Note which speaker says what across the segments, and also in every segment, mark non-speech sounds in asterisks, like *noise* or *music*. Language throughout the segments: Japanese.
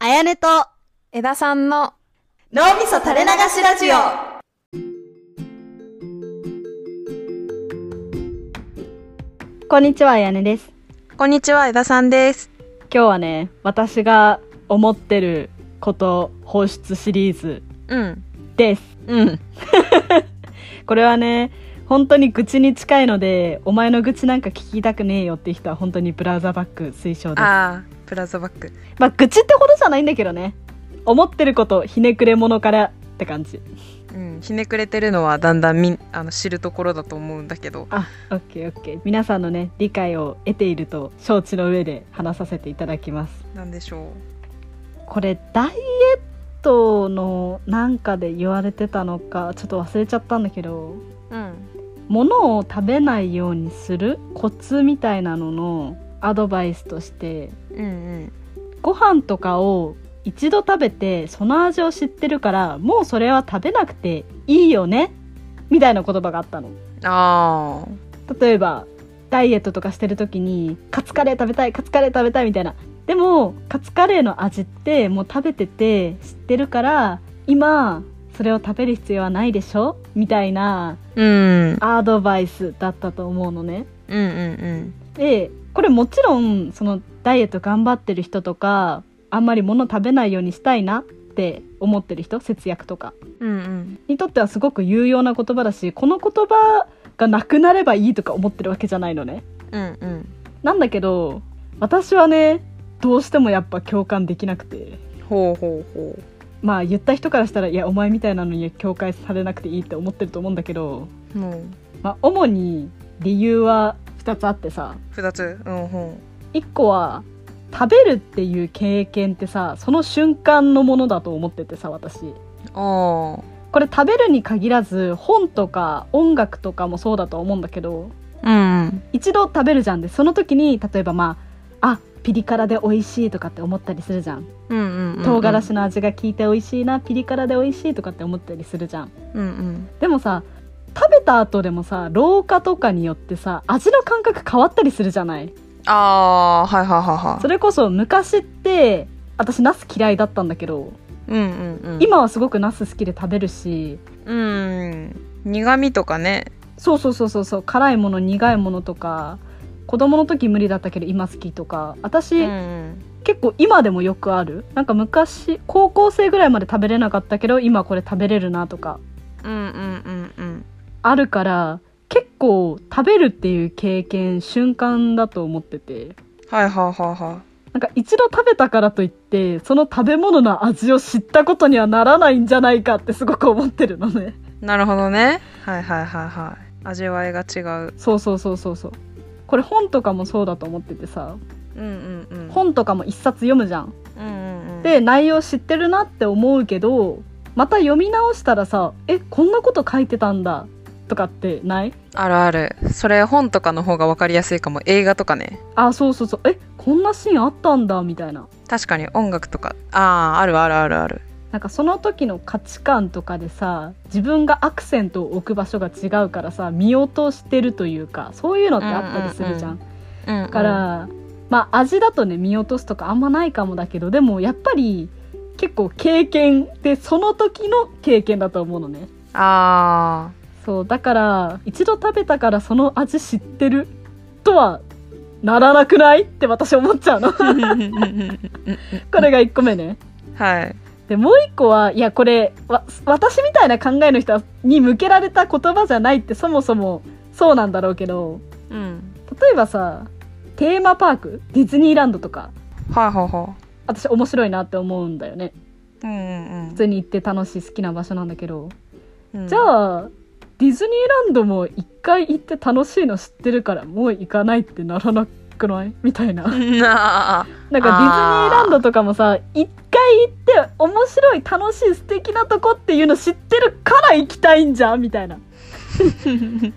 Speaker 1: やねと、
Speaker 2: 枝さんの
Speaker 1: 脳みそ垂れ流しラジオ。こんにちは、あやねです。
Speaker 2: こんにちは枝さんです
Speaker 3: 今日はね私が思ってること放出シリーズ
Speaker 2: うん
Speaker 3: です
Speaker 2: うん
Speaker 3: *laughs* これはね本当に愚痴に近いのでお前の愚痴なんか聞きたくねえよって人は本当にブラウザーバック推奨です
Speaker 2: ああプラザバック
Speaker 3: まあ愚痴ってほどじゃないんだけどね思ってることひねくれ者からって感じ
Speaker 2: うんひねくれてるのはだんだんみんあの知るところだと思うんだけど
Speaker 3: あオッケーオッケー皆さんのね理解を得ていると承知の上で話させていただきます
Speaker 2: なんでしょ
Speaker 3: これダイエットのなんかで言われてたのかちょっと忘れちゃったんだけど
Speaker 2: ううん
Speaker 3: 物を食べないようにするコツみたいなののアドバイスとして
Speaker 2: うんうん
Speaker 3: ご飯とかを一度食べてその味を知ってるからもうそれは食べなくていいよねみたいな言葉があったの
Speaker 2: ああ
Speaker 3: 例えばダイエットとかしてる時にカツカレー食べたいカツカレー食べたいみたいなでもカツカレーの味ってもう食べてて知ってるから今それを食べる必要はないでしょみたいな
Speaker 2: うんうん
Speaker 3: アドバイスだったと思うのね
Speaker 2: うんうん
Speaker 3: でこれもちろんそのダイエット頑張ってる人とかあんまり物食べないようにしたいなって思ってる人節約とか
Speaker 2: うんうん
Speaker 3: にとってはすごく有用な言葉だしこの言葉がなくなればいいとか思ってるわけじゃないのね
Speaker 2: うんうん
Speaker 3: なんだけど私はねどうしてもやっぱ共感できなくて
Speaker 2: ほうほうほ
Speaker 3: まあ言った人からしたらいやお前みたいなのには共感されなくていいって思ってると思うんだけど、
Speaker 2: うもう
Speaker 3: まあ、主に理由は2つあってさ
Speaker 2: 二つうんほ
Speaker 3: 一個は食べるっていう経験ってさその瞬間のものだと思っててさ私
Speaker 2: うあ
Speaker 3: これ食べるに限らず本とか音楽とかもそうだと思うんだけど
Speaker 2: あうん
Speaker 3: 一度食べるじゃんでその時に例えばまああピリ辛で美味しいとかって思ったりするじゃん
Speaker 2: うんうんうん
Speaker 3: 唐辛子の味が効いて美味しいなピリ辛で美味しいとかって思ったりするじゃん
Speaker 2: うんうん
Speaker 3: でもさ食べた後でもさ老化とかによってさ味の感覚変わったりするじゃない
Speaker 2: ああーはいはいはいは
Speaker 3: それこそ昔って私ナス嫌いだったんだけど
Speaker 2: いうんうんうん
Speaker 3: 今はすごくナス好きで食べるし
Speaker 2: うん苦味とかね
Speaker 3: そうそうそうそうそう辛いもの苦いものとか子供の時無理だったけど今好きとか私、
Speaker 2: うん
Speaker 3: 結構今でもよくあるなんか昔高校生ぐらいまで食べれなかったけど今これ食べれるなとか
Speaker 2: うんうんうんうん
Speaker 3: あるから結構食べるっていう経験瞬間だと思ってて
Speaker 2: はいはいはいは
Speaker 3: なんか一度食べたからといってその食べ物の味を知ったことにはならないんじゃないかってすごく思ってるのね
Speaker 2: いなるほどねはいはいはいはい味わいが違う
Speaker 3: そうそうそうそうそうこれ本とかもそうだと思っててさ
Speaker 2: うんうんうん
Speaker 3: 本とかも一冊読むじゃん
Speaker 2: うんうんうん
Speaker 3: で内容知ってるなって思うけどまた読み直したらさえこんなこと書いてたんだとかってない
Speaker 2: あるあるそれ本とかの方が分かりやすいかも映画とかね
Speaker 3: あそうそうそうえこんなシーンあったんだみたいな
Speaker 2: 確かに音楽とかあああるあるあるある
Speaker 3: なんかその時の価値観とかでさ自分がアクセントを置く場所が違うからさ見落としてるというかそういうのってあったりするじゃん,、
Speaker 2: うんうんうん
Speaker 3: だから、まあ味だとね見落とすとかあんまないかもだけどでもやっぱり結構経験ってその時の経験だと思うのね
Speaker 2: あ
Speaker 3: そうだから一度食べたからその味知ってるとはならなくないって私思っちゃうのこ
Speaker 2: あ *laughs*
Speaker 3: れが1個目ね
Speaker 2: はい
Speaker 3: でもう1個はいやこれわ私みたいな考えの人に向けられた言葉じゃないってそもそもそうなんだろうけど
Speaker 2: うん
Speaker 3: 例えばさテーマパークディズニーランドとか
Speaker 2: はいはいは
Speaker 3: 私面白いなって思うんだよね
Speaker 2: いうん
Speaker 3: 普通に行って楽しい好きな場所なんだけど
Speaker 2: うんうん
Speaker 3: じゃあディズニーランドも一回行って楽しいの知ってるからもう行かないってならなくないみたいななんか
Speaker 2: なあ
Speaker 3: ディズニーランドとかもさ一回行って面白い楽しい素敵なとこっていうの知ってるから行きたいんじゃんみたいな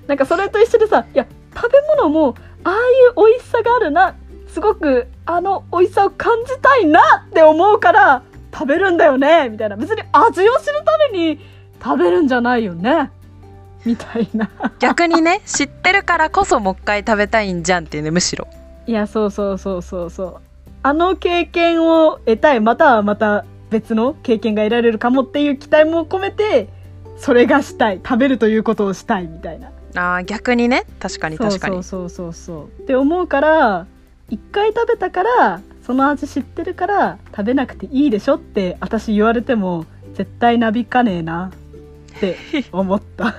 Speaker 3: なんかそれと一緒でさいや食べ物もああいう美味しさがあるなすごくあの美味しさを感じたいなって思うから食べるんだよねみたいな別に味を知るために食べるんじゃないよねみたいな
Speaker 2: *laughs* 逆にね知ってるからこそもう一回食べたいんじゃんっていうねむしろ
Speaker 3: いやそうそうそうそうそうあの経験を得たいまたはまた別の経験が得られるかもっていう期待も込めてそれがしたい食べるということをしたいみたいな
Speaker 2: あー逆にね確かに
Speaker 3: そう
Speaker 2: 確か
Speaker 3: そ
Speaker 2: に
Speaker 3: うそうそうそうって思うから一回食べたからその味知ってるから食べなくていいでしょって私言われても絶対なびかねえなって思った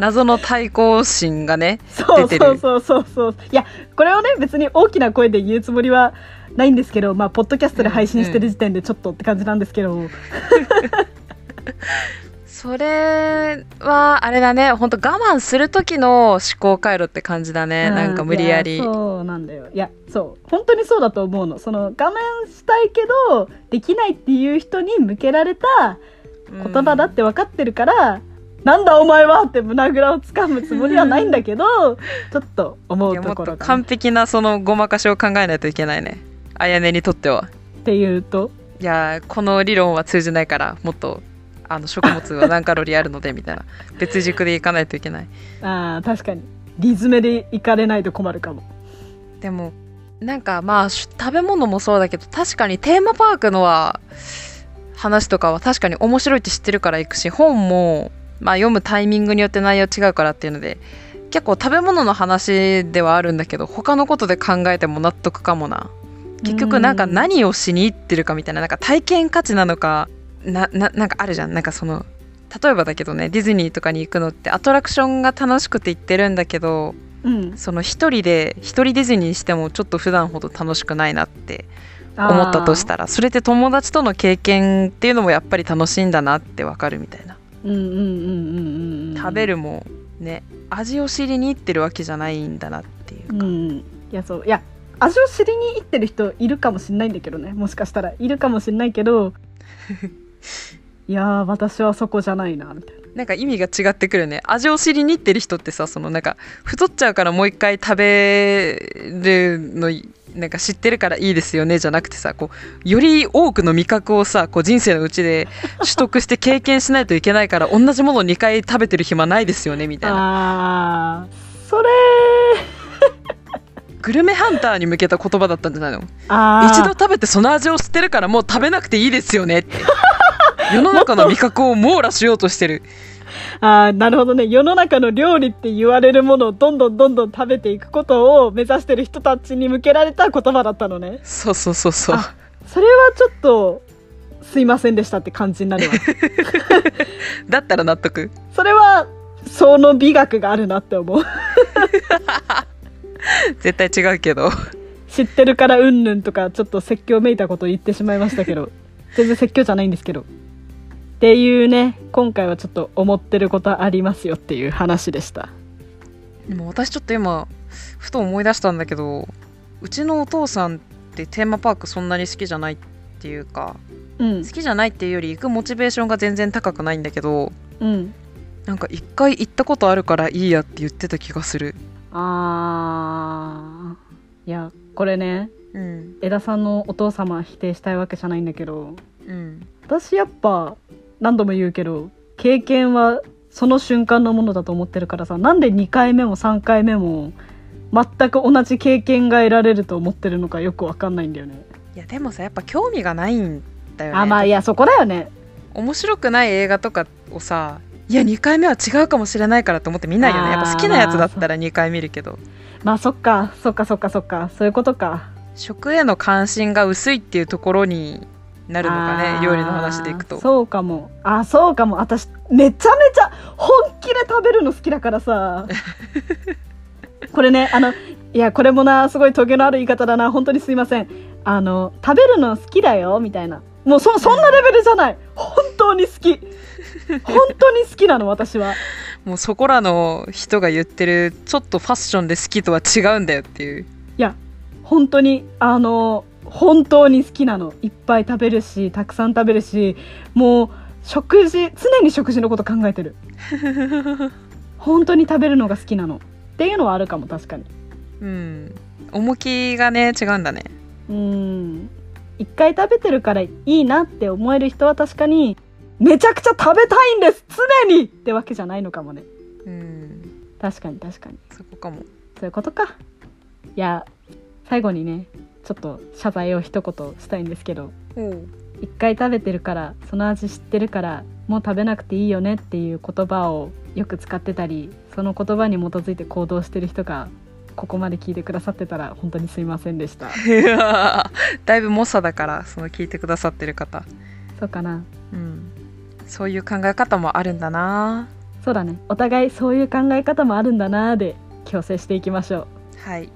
Speaker 2: 謎の対抗心がね
Speaker 3: そう
Speaker 2: 出て
Speaker 3: そう
Speaker 2: る
Speaker 3: そうそうそういやこれをね別に大きな声で言うつもりはないんですけどまあポッドキャストで配信してる時点でちょっとって感じなんですけど、
Speaker 2: それはあれだね本当我慢する時の思考回路って感じだね
Speaker 3: う
Speaker 2: なんか無理やり
Speaker 3: いそうなんだよいやそう本当にそうだと思うのその我慢したいけどできないっていう人に向けられた
Speaker 2: うん
Speaker 3: 言葉だって分かってるから、なんだお前はって胸ぐらをつかむつもりはないんだけど
Speaker 2: *laughs*
Speaker 3: ちょっと思
Speaker 2: いうや
Speaker 3: と
Speaker 2: もっ
Speaker 3: ことろかな
Speaker 2: 完璧なそのごまかしを考えないといけないねあやねにとっては
Speaker 3: っていうと
Speaker 2: いやーこの理論は通じないからもっとあの食物は何カロリーあるのでみたいな別軸でいかないといけない
Speaker 3: あー確かにリズムでいかれないと困るかも
Speaker 2: でもなんかまあし食べ物もそうだけど確かにテーマパークのは話とかは確かに面白いって知ってるから行くし本も、まあ、読むタイミングによって内容違うからっていうので結構食べ物の話ではあるんだけど他のことで考えても納得かもな結局なんか何をしに行ってるかみたいななんか体験価値なのかなななんかあるじゃんなんかその例えばだけどねディズニーとかに行くのってアトラクションが楽しくて行ってるんだけど
Speaker 3: うん
Speaker 2: その一人で一人ディズニーしてもちょっと普段ほど楽しくないなって思ったとしたらそれって友達との経験っていうのもやっぱり楽しいんだなってわかるみたいな
Speaker 3: うんうんうんうんうん
Speaker 2: 食べるもね味を知りに行ってるわけじゃないんだなっていう
Speaker 3: うんいやそういや味を知りに行ってる人いるかもしんないんだけどねもしかしたらいるかもしんないけ
Speaker 2: *laughs*
Speaker 3: どいやー私はそこじゃないなみたいな
Speaker 2: なんか意味が違ってくるね味を知りに行ってる人ってさそのなんか太っちゃうからもう一回食べるのなんか知ってるからいいですよねじゃなくてさこうより多くの味覚をさこう人生のうち
Speaker 3: *laughs*
Speaker 2: で取得して経験しないといけないから同じものを2回食べてる暇ないですよねみたい
Speaker 3: あ
Speaker 2: な
Speaker 3: ーそれ
Speaker 2: グルメハンターに向けた言葉だったんじゃないの
Speaker 3: あー
Speaker 2: 一度食べてその味を知ってるからもう食べなくていいですよねって
Speaker 3: *laughs*
Speaker 2: 世の中の味覚を網羅しようとしてる
Speaker 3: あーなるほどね世の中の料理って言われるものをどんどんどんどん食べていくことを目指してる人たちに向けられた言葉だったのね
Speaker 2: そうそうそうそう
Speaker 3: あそれはちょっとすいませんでしたって感じになるわ
Speaker 2: だったら納得
Speaker 3: それはその美学があるなって思う
Speaker 2: 絶対違うけど
Speaker 3: 知ってるからうんぬんとかちょっと説教めいたこと言ってしまいましたけ *laughs* ど全然説教じゃないんですけどっていうね今回はちょっと思ってることありますよっていう話でした
Speaker 2: でも私ちょっと今ふと思い出したんだけどうちのお父さんってテーマパークそんなに好きじゃないっていうか
Speaker 3: うん
Speaker 2: 好きじゃないっていうより行くモチベーションが全然高くないんだけど
Speaker 3: うん
Speaker 2: なんか一回行ったことあるからいいやって言ってた気がする
Speaker 3: あーいやこれね
Speaker 2: うん
Speaker 3: 枝さんのお父様否定したいわけじゃないんだけど
Speaker 2: うん
Speaker 3: 私やっぱ何度も言うけど経験はその瞬間のものだと思ってるからさなんで2回目も3回目も全く同じ経験が得られると思ってるのかよくわかんないんだよね。
Speaker 2: いやでもさやっぱ興味がないんだよね
Speaker 3: あまあいやそこだよね。
Speaker 2: 面白くない映画とかをさいや2回目は違うかもしれないからと思って見ないよねやっぱ好きなやつだったら2回見るけど
Speaker 3: まあそっかそっかそっかそっかそういうことか。
Speaker 2: 食への関心が薄いっていうところにな
Speaker 3: あ
Speaker 2: るのか
Speaker 3: ー
Speaker 2: ね料理の話でいくと
Speaker 3: そうかもあそうかも私めちゃめちゃ本気で食べるの好きだから
Speaker 2: *laughs*
Speaker 3: さこれねあのいやこれもなすごいトゲのある言い方だな本当にすいませんあの食べるの好きだよみたいなもうそそんなレベルじゃない本当に好
Speaker 2: *laughs*
Speaker 3: き本当に好きなの私は
Speaker 2: もうそこらの人が言ってるちょっとファッションで好きとは違うんだよっていう
Speaker 3: 本当にあの本当に好きなのいっぱい食べるしたくさん食べるしもう食事常に食事のこと考えてる本当に食べるのが好きなのっていうのはあるかも確かに
Speaker 2: うん重きがね違うんだね
Speaker 3: うん一回食べてるからいいなって思える人は確かにめちゃくちゃ食べたいんです常にってわけじゃないのかもね
Speaker 2: うん
Speaker 3: 確かに確かに
Speaker 2: そこかも
Speaker 3: そういうことかいや最後にねちょっと謝罪を一言したいんですけど
Speaker 2: おう
Speaker 3: 一回食べてるからその味知ってるからもう食べなくていいよねっていう言葉をよく使ってたりその言葉に基づいて行動してる人がここまで聞いてくださってたら本当にすいませんでした
Speaker 2: *laughs* だいぶ猛者だからその聞いてくださってる方、
Speaker 3: そうかな
Speaker 2: うん、そういう考え方もあるんだな
Speaker 3: そうだねお互いそういう考え方もあるんだなーで強制していきましょう
Speaker 2: はい